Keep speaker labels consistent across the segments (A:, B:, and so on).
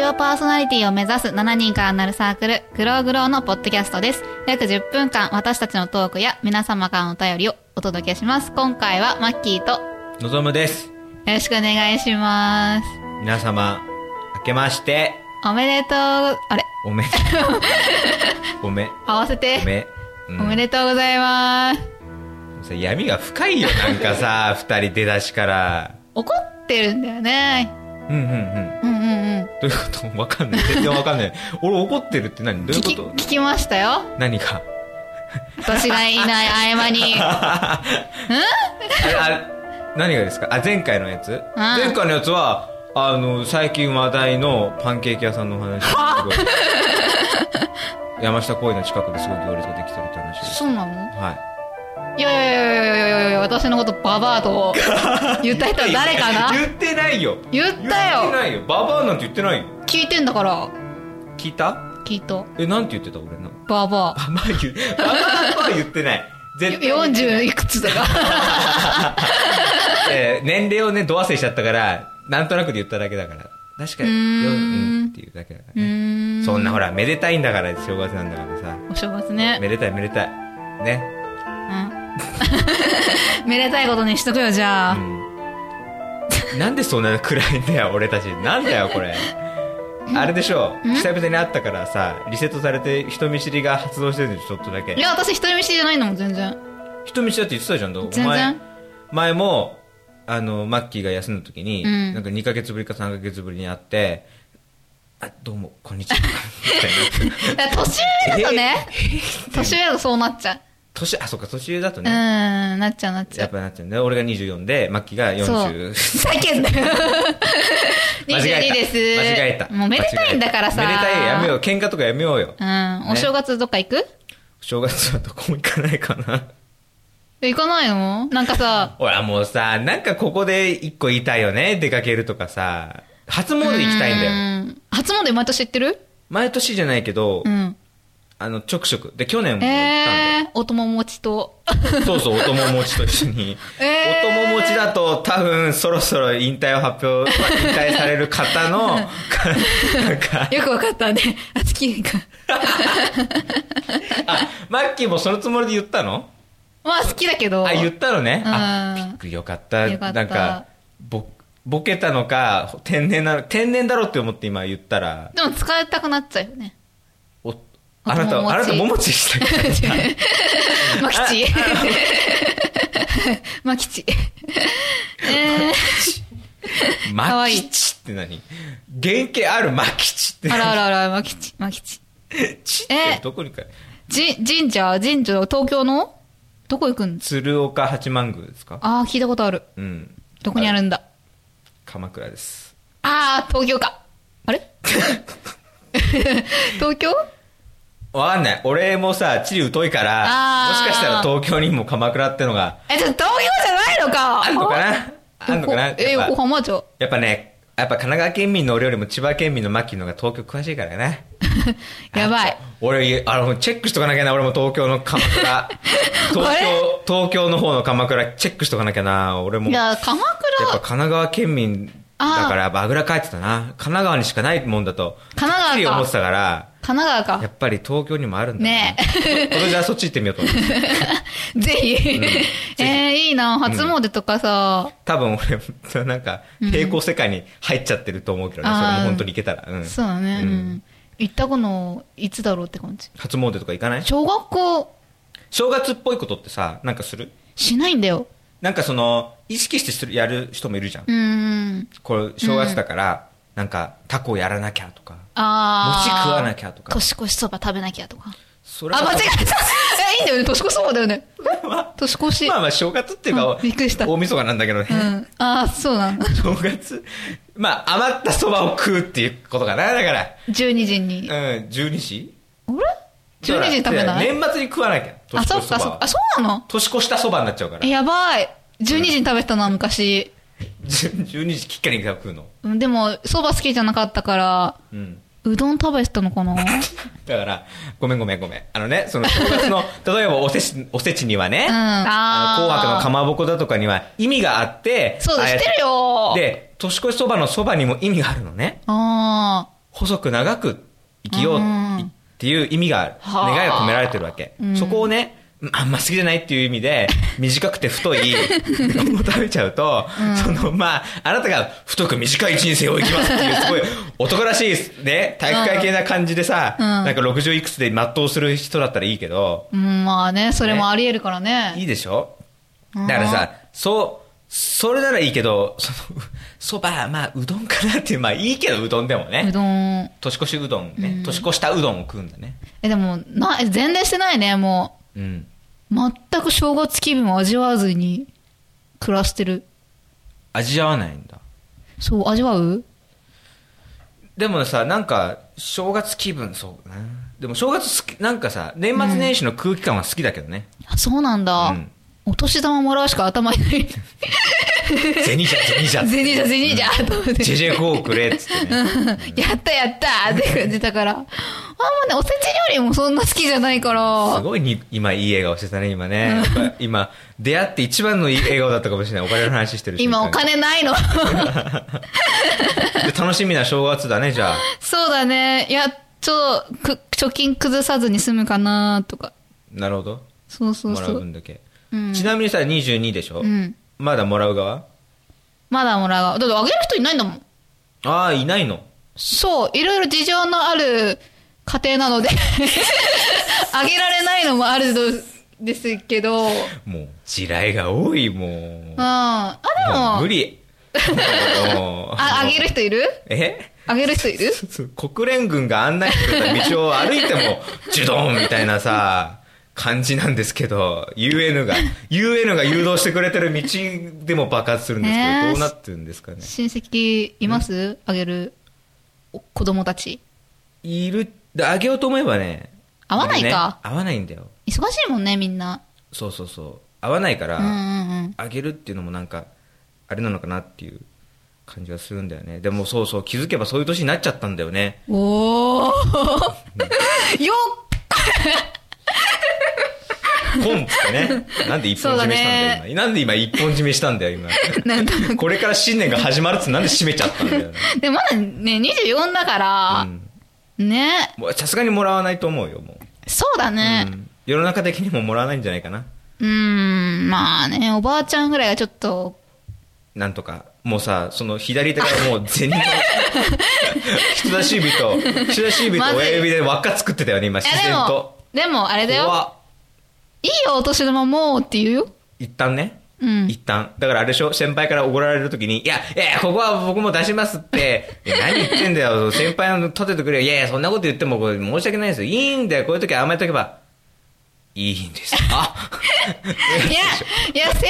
A: ロパーソナリティを目指す7人からなるサークル、グローグローのポッドキャストです。約10分間、私たちのトークや皆様からのお便りをお届けします。今回はマッキーと、よ
B: のぞむです
A: ろしくお願いします。
B: 皆様明けまして
A: おめでとう、あれ
B: おめ おめ
A: 合わせ
B: お
A: て、
B: め、うん
A: おめでとうございます。
B: さ闇が深いよなん かさ二人出だしから
A: 怒ってるんだよね。
B: うんうんうん
A: うんうんうん。
B: どういうことわかんない全然わかんない俺怒ってるって何どう
A: 聞
B: いうこ
A: き、
B: と
A: 聞きましたよ。
B: 何か
A: 私がいない合間 に。
B: ああ何がですかあ前回のやつ前回のやつはあの最近話題のパンケーキ屋さんのお話ですけど山下公園の近くですごい行列ができてるって話です
A: そうなの
B: はい
A: いやいやいやいやいやいやいや、私のことババアと 言った人は誰かな
B: 言ってないよ
A: 言
B: 言
A: った
B: って
A: よ
B: ないよババアなんて言ってないよ
A: 聞いてんだから
B: 聞いた
A: 聞いた。
B: えなんて言ってた俺な
A: ババア。
B: ババア言うババアとは言ってない絶 対言ってない
A: 40いくつ だか。
B: えー年齢をね度忘れしちゃったからなんとなくで言っただけだから確かに
A: うーん
B: ようんっていうだけだから
A: う
B: ね
A: ーん。
B: そんなほらめでたいんだから正月なんだからさ
A: お正月ね。
B: めでたいめでたいね
A: うん。 めでたいことにしとくよ、じゃ
B: う
A: あ。
B: んなんでそんな暗いんだよ俺たちなんだよこれあれでしょ久々に会ったからさリセットされて人見知りが発動してるんでしょちょっとだけ
A: いや、私一人見知りじゃないんだもん、全然。
B: 人見知りだって言ってたじゃんだ
A: 全然
B: 前もあのマッキーが休んだ時に、
A: うん
B: なんか2ヶ月ぶりか3ヶ月ぶりに会って「あどうもこんにちは」 みたいな
A: だから年上だと ね、年上だとそうなっちゃう。
B: 年あそうか年上だと
A: う
B: ね、
A: ーん、なっちゃうなっちゃ
B: やっ
A: う。
B: ぱなっちゃうんだよ俺が24でマッキーが40
A: ふざけ んなよ。
B: 間違え
A: 22
B: た
A: です。
B: 間違えた
A: もうめでたいんだからさ。
B: 間違えためでたいやめよう喧嘩とかやめようよ
A: うん。お
B: ね
A: 正月どっか行く
B: 正月はどこも行かないかな
A: 行かないのなんかさ、
B: ほらもうさなんかここで一個言いたいよね出かけるとかさ初詣行きたいんだよ
A: よ。初詣毎年行ってる
B: 毎年じゃないけど、
A: うん。
B: あのちょくちょくで去年も行ったんだよ、
A: えー、お友持ちと。
B: そうそう、お友持ちと一緒に。
A: えー
B: お友持ちだと多分そろそろ引退を発 表、引退される方の、かなんか、
A: よくわかったね。 あ、好きか。
B: あ、マッキーもそのつもりで言ったの
A: まあ好きだけど。
B: あ、言ったのね。あ、
A: うん
B: ピックよかった。
A: よかった
B: なんか、ぼ、ボケたのか、天然なの、天然だろって思って今言ったら、
A: でも使いたくなっちゃうよね。
B: お、あなた、
A: お友持ち
B: あなた、ももちでしたっけ
A: マキチ。 マキチ。え
B: マ
A: わいい
B: キチって何原型あるマキチって
A: ー、あらあ
B: 何。
A: らあら、マキチ、マキチ。
B: チってどこにか、
A: じ、神社神社、東京のどこ行くんです
B: 鶴岡八幡宮ですか
A: ああ、聞いたことある。
B: うん。
A: どこにあるんだ。
B: 鎌倉です。
A: ああ、東京か。あれ 東京
B: わかんない。俺もさ、地理疎いから、
A: あー
B: もしかしたら東京にも鎌倉ってのが
A: え、ちょっと東京じゃないのか
B: あるのかなあるのかなやっぱ
A: え、横浜じゃ。
B: やっぱね、やっぱ神奈川県民の俺よりも千葉県民のマッキーの方が東京詳しいからね。
A: やばい
B: あ。。俺、あの、チェックしとかなきゃな、俺も東京の鎌 倉。東京、東京の方の鎌倉、チェックしとかなきゃな、俺も。
A: い
B: やっ
A: や、鎌
B: ぱ
A: 倉
B: 神、奈川県民だから、やっぱあぐらかいてたな。神奈川にしかないもんだと、
A: 神奈川か
B: はっきり思ってたから、
A: 神奈川か。
B: やっぱり東京にもあるんだ
A: ね
B: え。 今年はそっち行ってみようと思って。
A: ぜひ。
B: ひ
A: えー、いいな。初詣とかさ、
B: 多分俺、なんか、平行世界に入っちゃってると思うけどね、
A: うん
B: それ
A: あ
B: も
A: ー
B: 本当に行けたら。うん。
A: そうだね。う
B: うん
A: ん。行ったこの、いつだろうって感じ。
B: 初詣とか行かない
A: 小学校、
B: 正月っぽいことってさ、なんかする
A: しないんだよ。
B: なんかその、意識してするやる人もいるじゃん。
A: うーん。
B: これ、正月だから、なんか、タコやらなきゃとか、
A: あ
B: 餅
A: ー。
B: 食わなきゃとか。
A: 年越しそば食べなきゃとか。
B: そ
A: あ、間違えた。 え、いいんだよね。年越しそばだよね。
B: た。ま
A: 年越し。
B: あまあ、正月っていうか、
A: うんびっくりした
B: 大晦日なんだけどね。
A: うん。あー、そうなの。
B: 正月、まあ、余ったそばを食うっていうことかな、だから。
A: 12時に。あれ
B: うん、十二時
A: ?12 時に食べない
B: 年末に食わなきゃ。
A: あ、そっかそ
B: ば
A: っ
B: は
A: か。あ、そうなの
B: 年越したそばになっちゃうから
A: え。やばい。12時に食べてたな、昔。
B: じゅ12時きっかりに食うの。
A: うんでも、蕎麦好きじゃなかったから、
B: うん。
A: うどん食べてたのかな
B: だから、ごめんごめんごめん。あのね、その、正 月の、例えばおせち、おせちにはね、
A: うんあ
B: あ
A: ー
B: の、紅白のかまぼこだとかには意味があって、
A: そうだ、
B: あ
A: 知ってるよ
B: で、年越しそばのそばにも意味があるのね。
A: あ
B: 細く長く生きようっていう意味がある。
A: はあ
B: 願いが込められてるわけ。そこをね、あんま好きじゃないっていう意味で、短くて太いものを食べちゃうと、その、まあ、あなたが太く短い人生を生きますっていう、すごい男らしいね、体育会系な感じでさ、なんか60いくつで全うする人だったらいいけど、
A: うん、まあね、それもあり得るからね。
B: いいでしょだからさ、そう、それならいいけど、その、そば、まあ、うどんかなっていう、まあいいけど、うどんでもね。
A: うどん。
B: 年越しうどんね、年越したうどんを食うんだね
A: え、でも、な、え全然してないね、も
B: うん
A: う。全く正月気分を味わわずに暮らしてる。
B: 味わわないんだ
A: そう、味わう
B: でもさなんか正月気分そうだなでも正月好きなんかさ年末年始の空気感は好きだけどね、
A: あそうなんだ。
B: うん
A: お年玉もらうしか頭に ない。
B: 銭じゃ銭 じゃ
A: ゼニーじゃゼニーじゃと思って。
B: ジェジェコーくれっつってね
A: やったやったって感じだから。あんまね、おせち料理もそんな好きじゃないから。
B: すごいに今いい笑顔してたね今ねやっぱ今出会って一番のいい笑顔だったかもしれないお金の話してる瞬間
A: 今お金ないの。
B: で楽しみな正月だねじゃあ
A: そうだね。いや、ちょっと、く、貯金崩さずに済むかなとか。
B: なるほど
A: そうそう
B: もら
A: そうう。
B: 分だけ、
A: うん
B: ちなみにさ22でしょ、
A: うん。
B: まだもらう側
A: まだもらう。だってあげる人いないんだもん。
B: ああいないの
A: そう、いろいろ事情のある家庭なの で、あげられないのもあるのですけど、うん。
B: もう、地雷が多い、もう。
A: あ、で
B: もう無
A: も、
B: 理。もう
A: あ、あげる人いる
B: え
A: あげる人いる
B: そう国連軍が案内してくれた道を歩いても、ジュドンみたいなさ、感じなんですけど、UN が、UN が誘導してくれてる道でも爆発するんですけ
A: ね
B: ど、
A: え
B: どうなってるんですかね。
A: 親戚いますあげるお子供たち。
B: いる、であげようと思えばね。
A: 合わないか
B: いるね合わないんだよ。
A: 忙しいもんね、みんな。
B: そうそうそう。合わないか
A: うんう
B: ら、
A: んうん。
B: あげるっていうのもなんか、あれなのかなっていう感じがするんだよね。でもそうそう、気づけばそういう年になっちゃったんだよね。
A: おー よっ
B: ポンってね。なんで一本締
A: そ
B: めしたんだ
A: うだ
B: よ、今。なんで今一本締めしたんだよ、
A: なんと
B: 今。これから新年が始まるっつってなんで締めちゃったんだよ ね。
A: でもまだね、24だから、ね、
B: もうさすがにもらわないと思うよ、もう。
A: そうだね。
B: うん世の中的にももらわないんじゃないかな。
A: うーん、まあね、おばあちゃんぐらいがちょっと、
B: なんとか。もうさ、その左手からもう 銭の、人差し指と、人差し指と親指で輪っか作ってたよね、今、
A: い
B: 自然
A: やでも
B: と。、
A: でもあれだよ、
B: 怖っ
A: いいよ、お年玉もうって言うよ。
B: 一旦ね。
A: うん
B: 一旦。だからあれでしょ先輩から怒られるときに、いや、いや、ここは僕も出しますって、いや何言ってんだよ、 先輩の立ててくれよ。いやいや、そんなこと言ってもこれ申し訳ないですよ。いいんだよ、こういうとき甘えとけば、いい んですよ。あ
A: いや、いや、先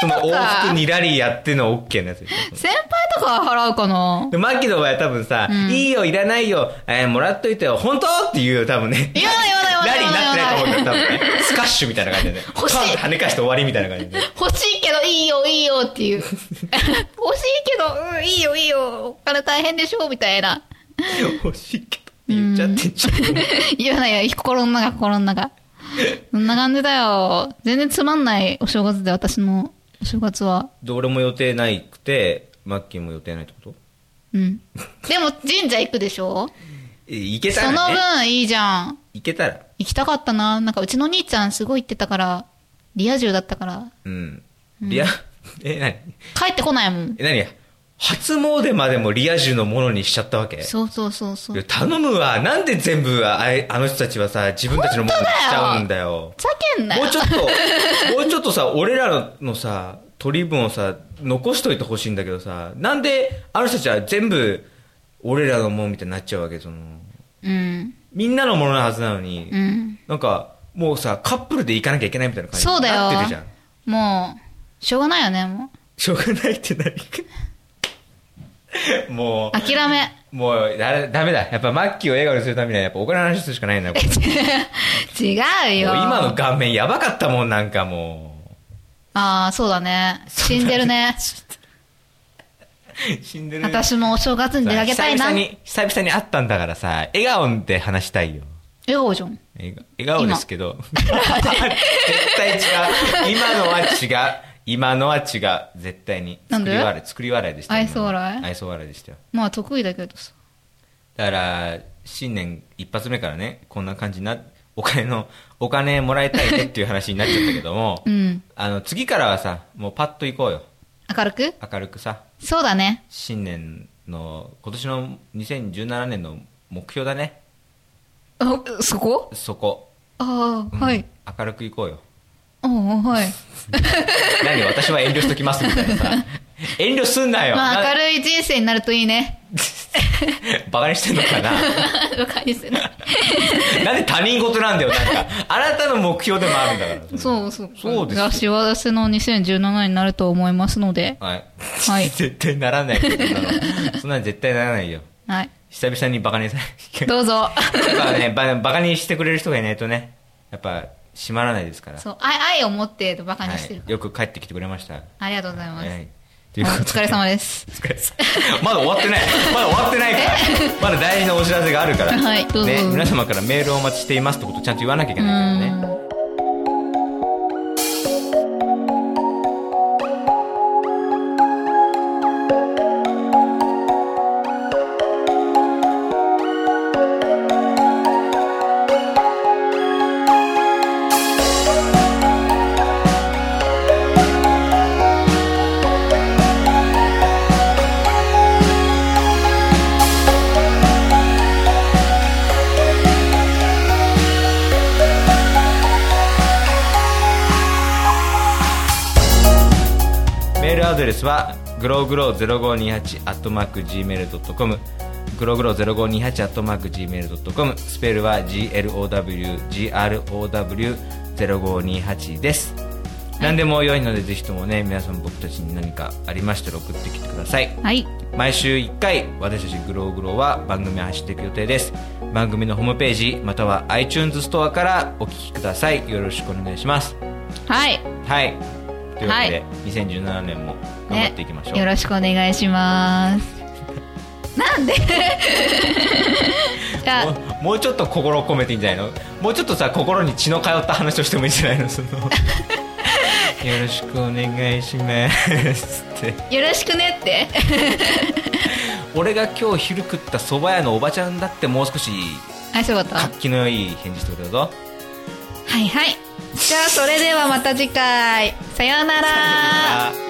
B: その
A: 輩と
B: 往
A: か
B: 復、にラリーやってのオッケーのやつでしょ
A: 先輩とかは払うかな。
B: で、マキの場合は多分さ、いいよ、いらないよ、えーもらっといてよ、本当って言うよ、多分ね。
A: 言わない言わない言わな
B: ラ
A: い
B: リーになってないと思うん
A: 言
B: だ
A: わ
B: よ、
A: ない
B: 多 分ね。スカッシュみたいな感じでね。
A: 欲しい
B: パンって跳ね返して終わりみたいな感 じで。
A: 欲しいけどいいよ、いいよ っていう。欲しいけど、うん、いいよ、いいよ、お金大変でしょ、みたいな。
B: 欲しいけどって言っちゃってんじゃん。
A: 言わないよ、心の中、心の中。そんな感じだよ。全然つまんないお正月で、私のお正月は。
B: どれも予定ないくて、マッキーも予定ないってこと
A: うん。でも神社行くでしょ
B: え行けた
A: その
B: らね。
A: 分いいじゃん。
B: 行けたら。
A: 行きたかったな。なんかうちの兄ちゃんすごい行ってたから、リア充だったから、
B: うん。リア、え、なに
A: 帰ってこないもん。
B: え、なに初詣までもリア充のものにしちゃったわけ
A: そうそうそうそう。
B: いや
A: ふ
B: 頼むわ。なんで全部あいあの人たちはさ、自分たちのものにしちゃうんだよ。
A: ざけんな
B: も
A: よ。
B: うちょっと、もうちょっとさ、俺らのさ、取り分をさ、残しといてほしいんだけどさ、なんであの人たちは全部、俺らのものみたいになっちゃうわけその、
A: うん。
B: みんなのものなはずなのに、
A: うん。
B: なんか、もうさ、カップルで行かなきゃいけないみたいな感じ
A: そうだよ。
B: なってるじゃん。
A: もう、しょうがないよね、も
B: しょうがないって何か。も
A: う。諦め。
B: う、もうだ、ダメだ。やっぱマッキーを笑顔にするためには、やっぱお金の話するしかないんだよ。これもう
A: 違うよ。
B: 今の顔面やばかったもん、なんかも
A: ああ、そうだね。死んでる ね。
B: う。死んでるね
A: 私もお正月に出かけたいな。
B: 久々
A: 笑
B: に、久々に会ったんだからさ、笑顔で話したいよ。
A: 顔じゃん。
B: 笑顔笑顔ですけど。絶対違う。今のは違う。今のは違う。絶対に。
A: なんで
B: 作り笑い、作り笑いでしたよ。
A: 愛想笑い
B: 愛想笑いでしたよ。
A: まあ得意だけどさ。
B: だから、新年一発目からね、こんな感じにな、お金の、お金もらいたいねっていう話になっちゃったけども、
A: うん
B: あの、次からはさ、もうパッと行こうよ。
A: 明るく
B: 明るくさ、
A: そうだね。
B: 新年の、今年の2017年の目標だね。
A: あ、そこ
B: そこ。
A: ああ、
B: うん
A: はい。。
B: 明るく行こうよ。
A: おおはい。
B: 何私は遠慮しときますみたいなさ。 遠慮すんなよ。
A: まあ、明
B: な
A: るい人生になるといい ね。
B: バカにしてんのかな。
A: わかりすね。
B: なんで他人事なんだよ、なんか。あなたの目標でもあるんだから。
A: そうそう。
B: そうですよ
A: が幸せの2017になると思いますので。
B: はい。
A: はい
B: 絶対ならないけど、そんなのそんなの絶対ならないよ。
A: はい。
B: 久々にバカにされ
A: どうぞ。
B: やっぱねバ、バカにしてくれる人がいないとね、やっぱ、閉まらないですか ら。
A: そう、愛、愛を持ってバカにしてる
B: はい。よく帰ってきてくれました。
A: ありがとうございます。
B: はい。と
A: お
B: いうことで
A: 疲れ様です。
B: お疲れ様まだ終わってない。まだ終わってない から。まだ大事なお知らせがあるから。
A: はいどうぞ
B: ね、皆様からメールをお待ちしていますってことをちゃんと言わなきゃいけないからね。メールアドレスはグログロ0528アットマーク Gmail.com グログロ0528アットマーク Gmail.com スペルは GLOWGROW0528 です、何でも良いのでぜひともね皆さん僕たちに何かありましたら送ってきてください
A: はい。
B: 毎週1回私たちグローグローは番組を走っていく予定です番組のホームページまたは iTunes ストアからお聞きくださいよろしくお願いします
A: はい。
B: はい。というわけで、
A: は
B: 2017年も頑張っていきましょう。
A: ねよろしくお願いし ます。なんで じゃあ、
B: もうもうちょっと心を込めていいんじゃないのもうちょっとさ心に血の通った話をしてもいいんじゃない のそのよろしくお願いしますって
A: よろしくねって。
B: 俺が今日昼食った蕎麦屋のおばちゃんだってもう少し
A: あ、そういうこ と。
B: 活気のいい返事してくれたぞ
A: はいはい。じゃあ、それではまた次回。さようなら。
B: あ